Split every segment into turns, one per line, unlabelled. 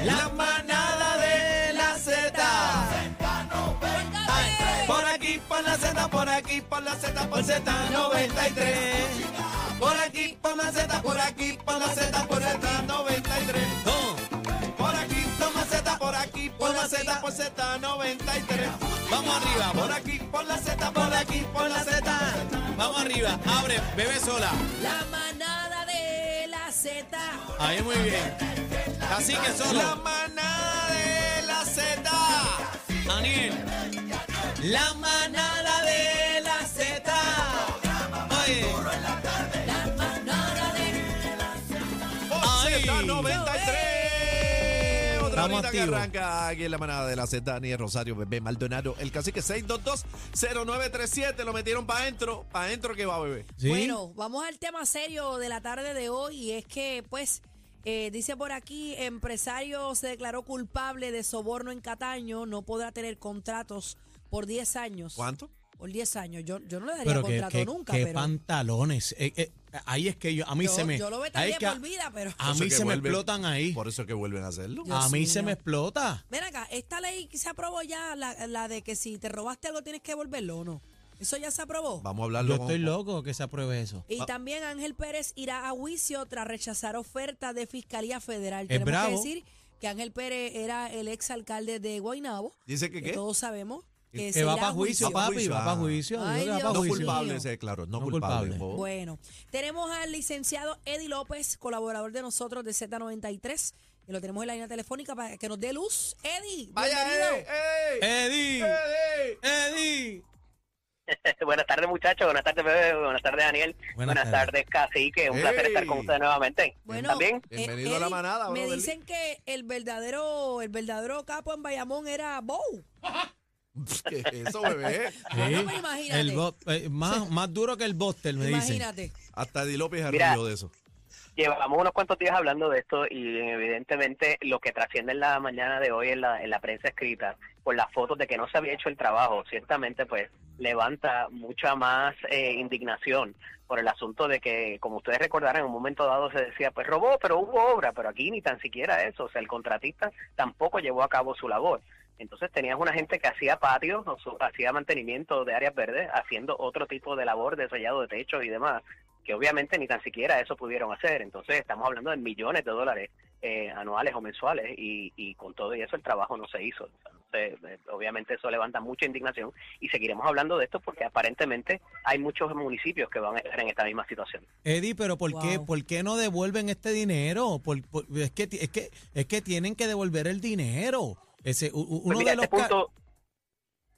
La manada de la Z. Por aquí, por la Z, por aquí, por la Z, por Z93. Por aquí, por la Z, por aquí, por la Z, por Z93. Por aquí, toma Z, por aquí, por la Z, por Z93. Vamos arriba, por aquí, por la Z, por aquí, por la Z. Vamos arriba, abre, bebe sola.
La manada de la Z.
Ahí muy bien. Así que solo. La manada de la Z. Daniel. La manada de la Z. Oye.
La manada de
Ay.
Z93. Otra
Estamos
horita que
activos.
arranca aquí en la manada de la Z, Daniel Rosario, Bebé Maldonado, el cacique 622-0937, lo metieron para adentro, para adentro que va, bebé.
¿Sí?
Bueno, vamos al tema serio de la tarde de hoy y es que, pues, eh, dice por aquí, empresario se declaró culpable de soborno en Cataño, no podrá tener contratos por 10 años.
¿Cuánto?
Por 10 años. Yo, yo no le daría
pero que,
contrato
que-
nunca,
que
pero
pantalones. Eh, eh, ahí es que yo, a mí
yo,
se me.
yo lo
ahí
vetaría
es que a-
por vida, pero...
a
Por eso
mí
que
se me
vuelven-
explotan ahí.
Por eso que vuelven a hacerlo.
Dios
A mí se
mío.
me explota.
Ven acá, esta ley que se aprobó ya, la, la de que si te robaste algo tienes que devolverlo o no. Eso ya se aprobó.
Vamos a hablarlo.
Yo
con-
estoy loco que se apruebe eso.
Y también Ángel Pérez irá a juicio tras rechazar oferta de Fiscalía Federal.
Es
Tenemos que
bravo.
decir que Ángel Pérez era el ex alcalde de Guaynabo.
Dice que
que
qué.
todos sabemos que,
Que
se
va
irá a
para juicio,
Va pa'
papi.
juicio,
Va para
ah.
juicio.
Ay,
yo creo que va
Dios
No
pa'
mío.
culpable, se declaró, no,
No
culpable.
culpable.
bobo.
Bueno, tenemos al licenciado Eddie López, colaborador de nosotros de Z93, que lo tenemos en la línea telefónica para que nos dé luz. Eddie, bienvenido.
Vaya, eh. ey, ey,
Eddie,
ey, ey.
Eddie.
buenas tardes, muchachos. Buenas tardes, bebé. Buenas tardes, Daniel.
Buenas
Buenas, tardes, Cacique. Un placer
Ey.
estar con ustedes nuevamente.
Bueno,
¿También?
eh,
Bienvenido a la
Eddie,
manada,
Me
brother.
dicen que el verdadero, el verdadero capo en Bayamón era Bow.
¿Qué es eso, bebé?
Bueno,
Sí,
pues imagínate.
el bo- eh, más, más duro que el Buster, me dicen.
Imagínate.
Hasta Di López
Mira.
arriba de eso.
Llevamos unos cuantos días hablando de esto y evidentemente lo que trasciende en la mañana de hoy en la, en la prensa escrita, con las fotos de que no se había hecho el trabajo, ciertamente pues levanta mucha más eh, indignación por el asunto de que, como ustedes recordarán, en un momento dado se decía, pues robó, pero hubo obra, pero aquí ni tan siquiera eso, o sea, el contratista tampoco llevó a cabo su labor. Entonces tenías una gente que hacía patios, o su- hacía mantenimiento de áreas verdes, haciendo otro tipo de labor de sellado de techos y demás que obviamente ni tan siquiera eso pudieron hacer. Entonces estamos hablando de millones de dólares eh, anuales o mensuales y, y con todo y eso el trabajo no se hizo. Entonces, eh, obviamente eso levanta mucha indignación y seguiremos hablando de esto porque aparentemente hay muchos municipios que van a estar en esta misma situación.
Eddie, pero ¿por, qué,
Wow.
¿por qué no devuelven este dinero? Por- por- es, que, ti- es, que, es que tienen que devolver el dinero. Ese, u- u- uno
Pues mira,
de los
este
ca-
punto,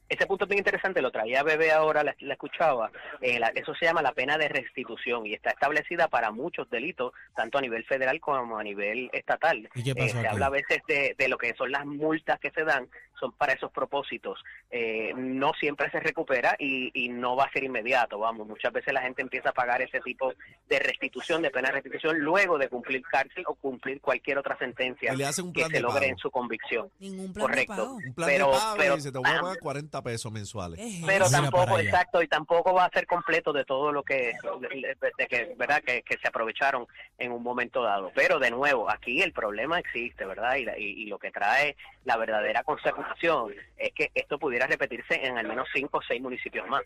este punto es bien interesante, lo traía Bebé ahora, la, la escuchaba. Eh, la- eso se llama la pena de restitución y está establecida para muchos delitos, tanto a nivel federal como a nivel estatal.
¿Y qué
Eh,
pasó
se
aquí?
habla a veces de, de lo que son las multas que se dan, son para esos propósitos. Eh, no siempre se recupera y, y no va a ser inmediato, vamos. Muchas veces la gente empieza a pagar ese tipo de restitución, de pena de restitución, luego de cumplir cárcel o cumplir cualquier otra sentencia
Y le hacen un
que
plan
se
de
logre
pago.
en su convicción.
Ningún plan de
Correcto.
pago.
Un plan
Pero-
de pago
pero-
y se te voy a
ah.
pagar 40 pesos mensuales.
¿Qué es
pero
eso?
Mira para
tampoco
allá.
exacto y tampoco va a ser completo de todo lo que de, de que verdad que, que se aprovecharon en un momento dado pero de nuevo aquí el problema existe verdad y, la- y- y lo que trae la verdadera consecución es que esto pudiera repetirse en al menos cinco o seis municipios más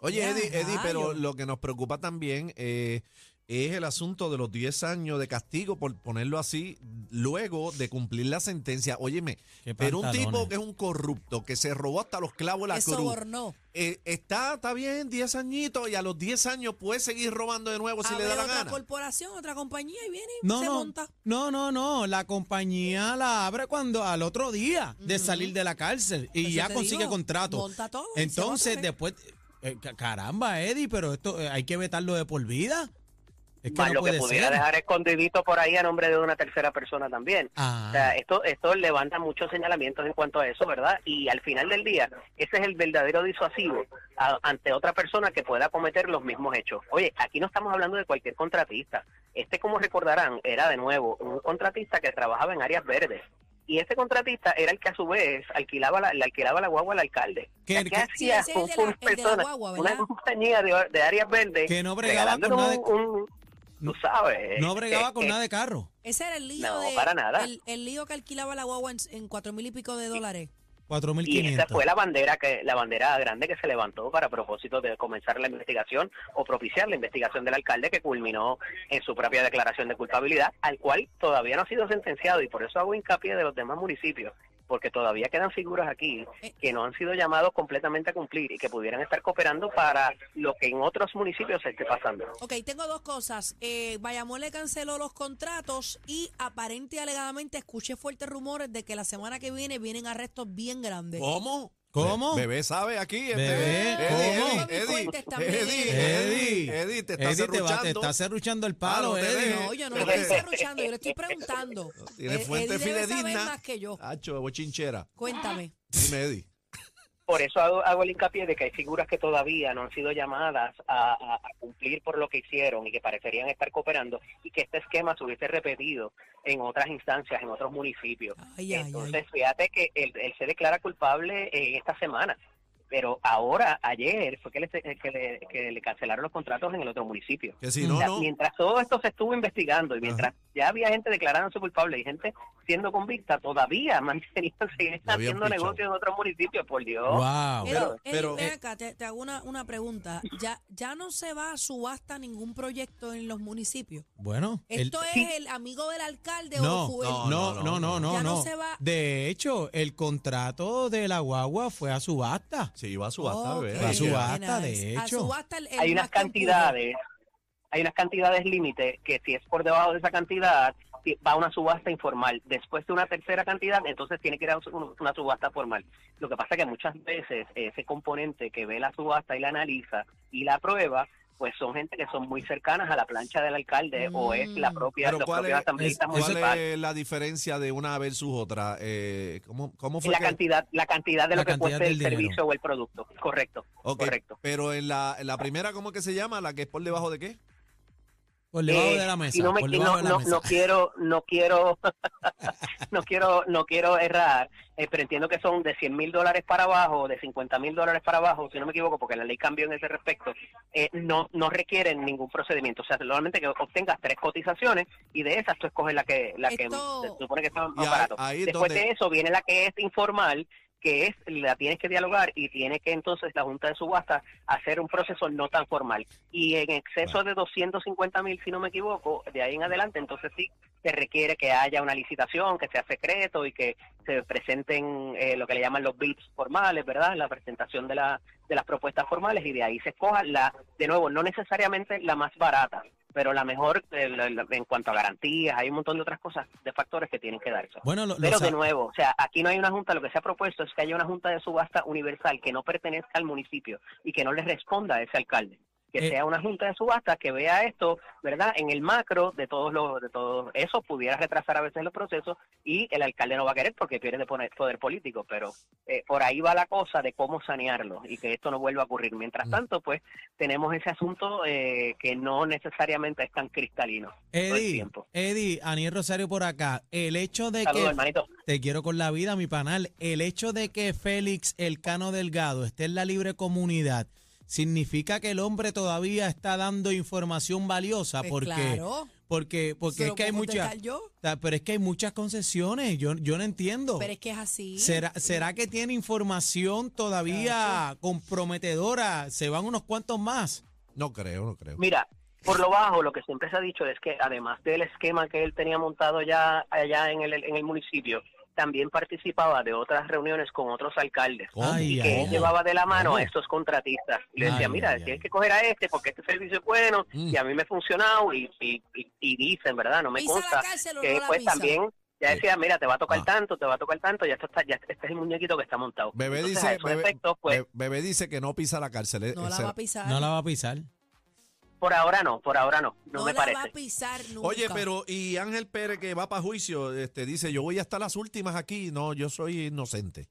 Oye,
Ya,
Eddie, Eddie, pero
rayos.
lo que nos preocupa también eh, es el asunto de los 10 años de castigo, por ponerlo así, luego de cumplir la sentencia. Óyeme,
Qué
pero un
pantalones.
tipo que es un corrupto, que se robó hasta los clavos de la
Que
cruz,
sobornó.
eh, está, está bien, 10 añitos, y a los 10 años puede seguir robando de nuevo si
A
le da
ver,
la
otra
gana.
corporación, otra compañía y viene y
No,
se
no,
monta.
no, no, no. La compañía la abre cuando al otro día de salir de la cárcel y
Eso
ya
Pues te
consigue
digo,
contrato.
monta todo y se va otra
Entonces
vez.
después, eh, ca- caramba, Eddie, pero esto eh, hay que vetarlo de por vida. Es que
más
no
lo que
puede
pudiera
ser.
dejar escondidito por ahí a nombre de una tercera persona también
Ah.
O sea, esto, esto levanta muchos señalamientos en cuanto a eso, ¿verdad? Y al final del día, ese es el verdadero disuasivo a- ante otra persona que pueda cometer los mismos hechos. Oye, aquí no estamos hablando de cualquier contratista. Este, como recordarán, era de nuevo un contratista que trabajaba en áreas verdes. Y ese contratista era el que a su vez alquilaba la, le alquilaba la guagua al alcalde.
Que-
O sea, ¿Qué
que-
Sí,
hacía
ese es el
con
de la-
una
el de la
persona,
guagua, ¿verdad?
una compañía de, de áreas verdes,
Que no bregaba con
eh, regalándole
nada de-
un- eh, un- tú sabes. este,
No bregaba con nada de carro.
Ese era el lío
No,
de-
para nada.
El, el lío que alquilaba la guagua en, en cuatro mil y pico de dólares.
Y esa
4.500.
fue la bandera que la bandera grande que se levantó para propósito de comenzar la investigación o propiciar la investigación del alcalde que culminó en su propia declaración de culpabilidad, al cual todavía no ha sido sentenciado y por eso hago hincapié de los demás municipios, porque todavía quedan figuras aquí que no han sido llamados completamente a cumplir y que pudieran estar cooperando para lo que en otros municipios se esté pasando.
Ok, tengo dos cosas. Eh, Bayamón le canceló los contratos y aparente y alegadamente escuché fuertes rumores de que la semana que viene vienen arrestos bien grandes.
¿Cómo?
¿Cómo?
Bebé sabe aquí. este-
Bebé, ¿cómo?
Eddie, Eddie,
Fuentes también,
Eddie, Eddie,
Eddie,
Eddie, te está
Eddie, te, va- te
cerruchando.
está cerruchando el palo,
Ah, no te
Eddie.
dejes.
No, yo no lo estoy cerruchando, yo le estoy preguntando.
eh. Tiene
Eh,
fuente
Eddie debe saber
fidedigna.
más que yo.
Hacho, bochinchera.
Cuéntame.
Dime, Eddie.
Por eso hago, hago el hincapié de que hay figuras que todavía no han sido llamadas a, a- a cumplir por lo que hicieron y que parecerían estar cooperando y que este esquema se hubiese repetido en otras instancias, en otros municipios.
Ay, ay, ay.
Entonces, fíjate que él, él se declara culpable eh, esta semana, pero ahora, ayer, fue que le, que le- que le cancelaron los contratos en el otro municipio.
Que si no,
O sea,
no.
Mientras todo esto se estuvo investigando y mientras ya había gente declarándose culpable y gente siendo convicta, todavía mantenían, seguían
Lo habían
haciendo
pichado.
negocios en otros municipios, por Dios.
Wow.
Pero,
Ah, pero- pero- eh.
ven acá, te, te hago una, una pregunta. Ya, ya no se va a subasta ningún proyecto en los municipios.
Bueno, el-
Esto es el amigo del alcalde
no,
o el
no, no, no, no, no,
Ya no se va.
De hecho, el contrato de la guagua fue a subasta.
Sí, va a subasta,
Ok,
bebé.
Va a subasta,
qué nice.
de
A
hecho.
subasta el- el
hay
más
unas
que empuje.
cantidades, hay unas cantidades límite que si es por debajo de esa cantidad si- va a una subasta informal. Después de una tercera cantidad, entonces tiene que ir a un- una subasta formal. Lo que pasa es que muchas veces ese componente que ve la subasta y la analiza y la aprueba, pues son gente que son muy cercanas a la plancha del alcalde o es la
Mm.
propia,
Pero
los
¿cuál
propios
es,
asambleístas
cuál es
municipales.
la diferencia de una versus otra? Eh, ¿cómo, ¿Cómo fue
La
que-
cantidad, la cantidad de
La
lo que
cantidad
cuesta
del
el
dinero.
servicio o el producto. Correcto,
Ok,
correcto.
Pero en la, en la primera, ¿cómo que se llama? ¿La que es por debajo de qué?
Por debajo
Eh,
de la mesa.
y no, me-
por
y
debajo
no-
de la
no-
mesa.
no quiero, no quiero, no quiero, no quiero errar, eh, pero entiendo que son de 100 mil dólares para abajo, de 50 mil dólares para abajo, si no me equivoco, porque la ley cambió en ese respecto. eh, no, no requieren ningún procedimiento, o sea, solamente que obtengas tres cotizaciones y de esas tú escoges la que, la que
Esto-
se supone que está
Y ahí-
más barato.
ahí es
Después
donde-
de eso viene la que es informal que es la tienes que dialogar y tiene que entonces la Junta de Subasta hacer un proceso no tan formal. Y en exceso de 250 mil, si no me equivoco, de ahí en adelante, entonces sí se requiere que haya una licitación, que sea secreto y que se presenten eh, lo que le llaman los bids formales, ¿verdad? La presentación de, la, de las propuestas formales y de ahí se escoja la, de nuevo, no necesariamente la más barata, pero la mejor eh, la- la- en cuanto a garantías, hay un montón de otras cosas, de factores que tienen que darse.
Bueno, lo, lo
Pero
sa-
de nuevo, o sea, aquí no hay una junta, lo que se ha propuesto es que haya una junta de subasta universal que no pertenezca al municipio y que no le responda a ese alcalde. Que
Eh.
sea una junta de subasta que vea esto, ¿verdad? En el macro de todos los, de todos, eso pudiera retrasar a veces los procesos y el alcalde no va a querer porque pierde de poner poder político, pero eh, por ahí va la cosa de cómo sanearlo y que esto no vuelva a ocurrir.
Mm.
Mientras tanto, pues tenemos ese asunto eh, que no necesariamente es tan cristalino. todo el
Eddie,
tiempo.
Eddie, Aniel Rosario por acá. El hecho de
Saludos,
que
hermanito.
Te quiero con la vida, mi panal. El hecho de que Félix Elcano Delgado esté en la libre comunidad significa que el hombre todavía está dando información valiosa
Pues
porque
claro,
porque
¿se
porque es
lo
que hay
puedo
muchas
contestar yo?
ta- pero es que hay muchas concesiones, yo yo no entiendo.
Pero es que es así.
Oh. ¿Será, ¿Será que tiene información todavía comprometedora? Se van unos cuantos más.
No creo, no creo.
Mira, por lo bajo, lo que siempre se ha dicho es que además del esquema que él tenía montado ya allá en el, en el municipio, también participaba de otras reuniones con otros alcaldes.
¿Cómo?
Ay,
Y
ay,
que él
ay.
llevaba de la mano
¿Cómo?
a estos contratistas. Y le decía,
Ay,
mira,
ay, ay.
tienes que coger a este porque este servicio es bueno
Mm.
y a mí me ha funcionado. Y, y, y- y dicen, ¿verdad? No me
¿Pisa
consta
la cárcel o
que
no la
después
pisa?
también ya
Sí.
decía, mira, te va a tocar
Ah.
tanto, te va a tocar tanto, ya, esto está, ya este es el muñequito que está montado.
Bebé
Entonces,
dice,
a esos
bebé,
efectos, pues,
Be- Bebé dice que no pisa la cárcel. eh,
No la
será-
va a pisar.
No la va a pisar.
por ahora no, por ahora no, no,
No
me
la
parece.
va a pisar nunca.
Oye, pero y Ángel Pérez que va para juicio, este, dice, yo voy hasta las últimas aquí. No, yo soy inocente.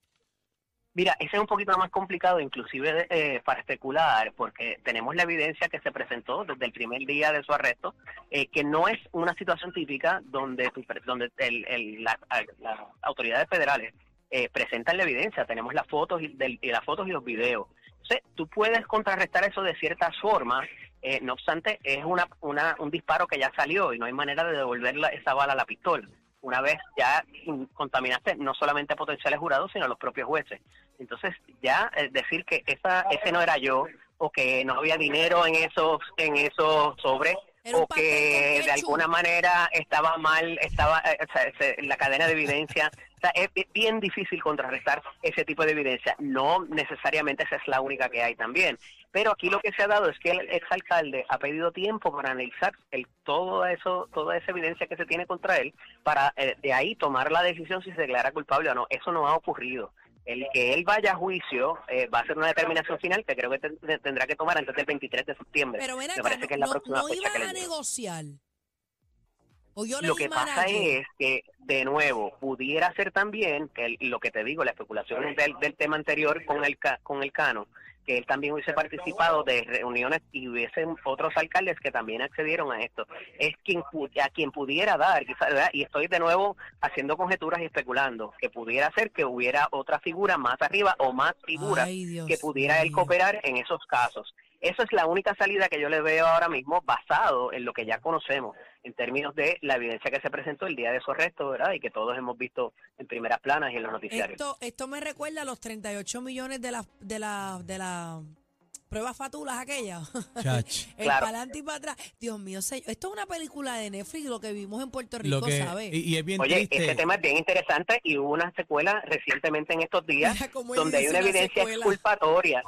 Mira, ese es un poquito más complicado, inclusive eh, para especular, porque tenemos la evidencia que se presentó desde el primer día de su arresto, eh, que no es una situación típica donde, tu- donde el, el- la- a- las autoridades federales eh, presentan la evidencia. Tenemos las fotos y, del- y las fotos y los videos. Entonces, tú puedes contrarrestar eso de ciertas formas, Eh, no obstante, es una, una, un disparo que ya salió y no hay manera de devolver la- esa bala a la pistola. Una vez ya mm, contaminaste no solamente a potenciales jurados, sino a los propios jueces. Entonces, ya eh, decir que esa, ese no era yo, o que no había dinero en esos, en esos sobres,
Era un
o
pastel
que
con
de
ketchup.
alguna manera estaba mal, estaba eh, o sea, se- la cadena de evidencia. O sea, es bi- bien difícil contrarrestar ese tipo de evidencia. No necesariamente esa es la única que hay también. Pero aquí lo que se ha dado es que el exalcalde ha pedido tiempo para analizar el, todo eso, toda esa evidencia que se tiene contra él, para eh, de ahí tomar la decisión si se declara culpable o no. Eso no ha ocurrido. El que él vaya a juicio eh, va a ser una determinación final que creo que ten- ten- tendrá que tomar antes del 23 de septiembre.
Pero ven
Me
acá,
parece
no,
que es la
no-
próxima
no
fecha que
iban
le
a
dieron.
negociar. O yo
Lo
leí
que
mal
pasa
ayer.
es que, de nuevo, pudiera ser también, que el- lo que te digo, la especulación del, del tema anterior con el, ca- con el Cano, que él también hubiese participado de reuniones y hubiesen otros alcaldes que también accedieron a esto. Es quien pu- a quien pudiera dar, quizá, ¿verdad? y estoy de nuevo haciendo conjeturas y especulando, que pudiera ser que hubiera otra figura más arriba o más figuras
Ay, Dios
que pudiera él
mío.
cooperar en esos casos. Esa es la única salida que yo le veo ahora mismo basado en lo que ya conocemos en términos de la evidencia que se presentó el día de su arresto, ¿verdad? Y que todos hemos visto en primeras planas y en los noticiarios.
Esto, esto me recuerda a los 38 millones de las de las de las pruebas fatulas aquellas.
Chach.
El
Claro.
para adelante y para atrás. Dios mío, señor, esto es una película de Netflix, lo que vimos en Puerto Rico,
Lo que,
¿sabes?
y, y es bien
Oye,
triste.
este tema es bien interesante y hubo una secuela recientemente en estos días
Mira cómo ella
donde hay
dice
una
una
evidencia
secuela.
exculpatoria.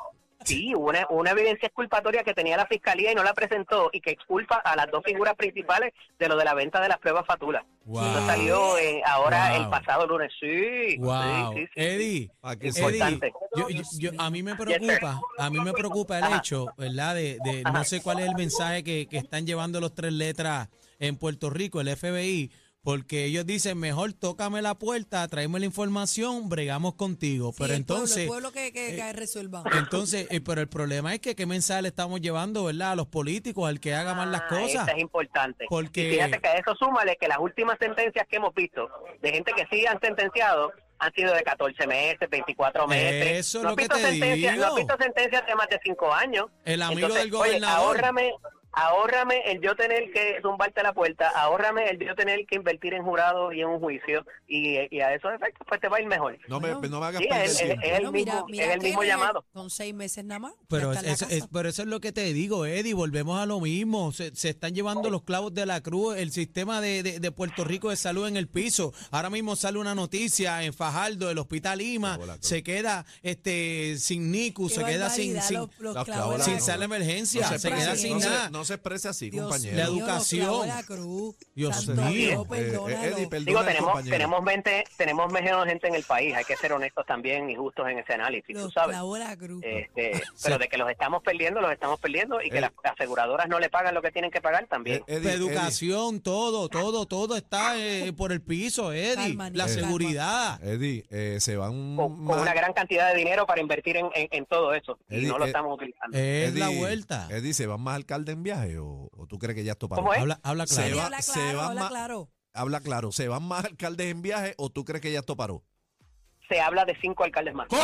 Sí, hubo una, una evidencia exculpatoria que tenía la fiscalía y no la presentó y que exculpa a las dos figuras principales de lo de la venta de las pruebas fatulas.
Wow.
Eso salió eh, ahora
Ah, Wow.
el pasado lunes. Sí,
Wow.
sí, sí, sí.
Eddie,
Pa' que
Eddie,
sepa.
Importante.
yo- yo- yo- a mí me preocupa, a mí me preocupa el
Ajá.
hecho, ¿verdad? De, de- no sé cuál es el mensaje que, que están llevando los tres letras en Puerto Rico, el FBI, porque ellos dicen, mejor tócame la puerta, tráeme la información, bregamos contigo.
Sí,
Pero
el pueblo,
entonces, eh,
el pueblo que, que, que resuelva.
entonces, eh, pero el problema es que qué mensaje le estamos llevando, ¿verdad? A los políticos, al que haga mal las
Ah,
cosas.
esa es importante.
Porque-
Y fíjate que a eso súmale que las últimas sentencias que hemos visto de gente que sí han sentenciado han sido de 14 meses, 24 meses.
Eso es
no
lo
has
que
visto
te
sentencias, No has
digo.
visto sentencias de más de 5 años.
El amigo
Entonces,
del
oye,
gobernador.
ahórrame, ahórrame el yo tener que zumbarte la puerta, ahórrame el yo tener que invertir en jurados y en un juicio y, y a esos efectos pues te va a ir mejor.
No me,
Bueno.
no me hagas
Sí,
perder
es-
tiempo.
es el mismo- es el
que
mismo
me-
llamado.
Con seis meses nada más. ya
Pero,
está en la
eso,
casa.
es, pero eso es lo que te digo, Eddie. Volvemos a lo mismo. Se, se están llevando los clavos de la cruz. El sistema de, de- de Puerto Rico de salud en el piso. Ahora mismo sale una noticia en Fajardo, el Hospital Lima.
Clavos de la cruz.
Se queda este sin NICU,
Qué
se queda sin,
barbaridad,
sin,
los- los
las
clavos de
clavolas,
la
sin
no,
cruz.
sala de emergencia.
se
se queda
exprese,
sin
no se-
nada.
no se exprese así,
Dios
compañero.
La
mío, los
educación.
clavos de la cruz.
Dios
Santo
mío.
Dios,
Eh, eh,
perdónalo.
Eddie, perdona
Digo,
al
tenemos,
compañero.
tenemos, 20, tenemos menos gente en el país, hay que ser honestos también y justos en ese análisis, tú
Los
sabes.
clavos de la cruz.
Este, pero de que los estamos perdiendo, los estamos perdiendo y que
Eh.
las aseguradoras no le pagan lo que tienen que pagar también.
Eh, Eddie,
La
Eddie,
educación, todo, todo, todo está eh, por el piso, Eddie.
Calma,
la
Nico, calma.
seguridad.
Eddie, eh, se van
con, con una gran cantidad de dinero para invertir en, en- en todo eso y
Eddie,
no lo
eh,
estamos utilizando.
Es la vuelta.
Eddie, ¿se van más alcaldes en viaje o, o tú crees que ya esto paró?
¿Cómo es?
Habla, habla
Se
claro.
Eddie,
va-
habla
se
claro,
va
habla
ma-
claro.
Habla claro, ¿se van más alcaldes en viaje o tú crees que ya esto paró?
Se habla de cinco alcaldes más.
¡Qué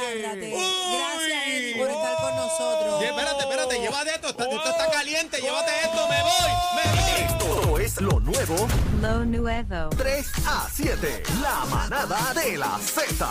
Agárrate. Gracias, Eddie, por estar con nosotros.
espérate, llévate esto. Esto está caliente, llévate esto, me voy, me voy.
Esto es lo nuevo
Lo Nuevo.
3 a 7. La manada de la Z.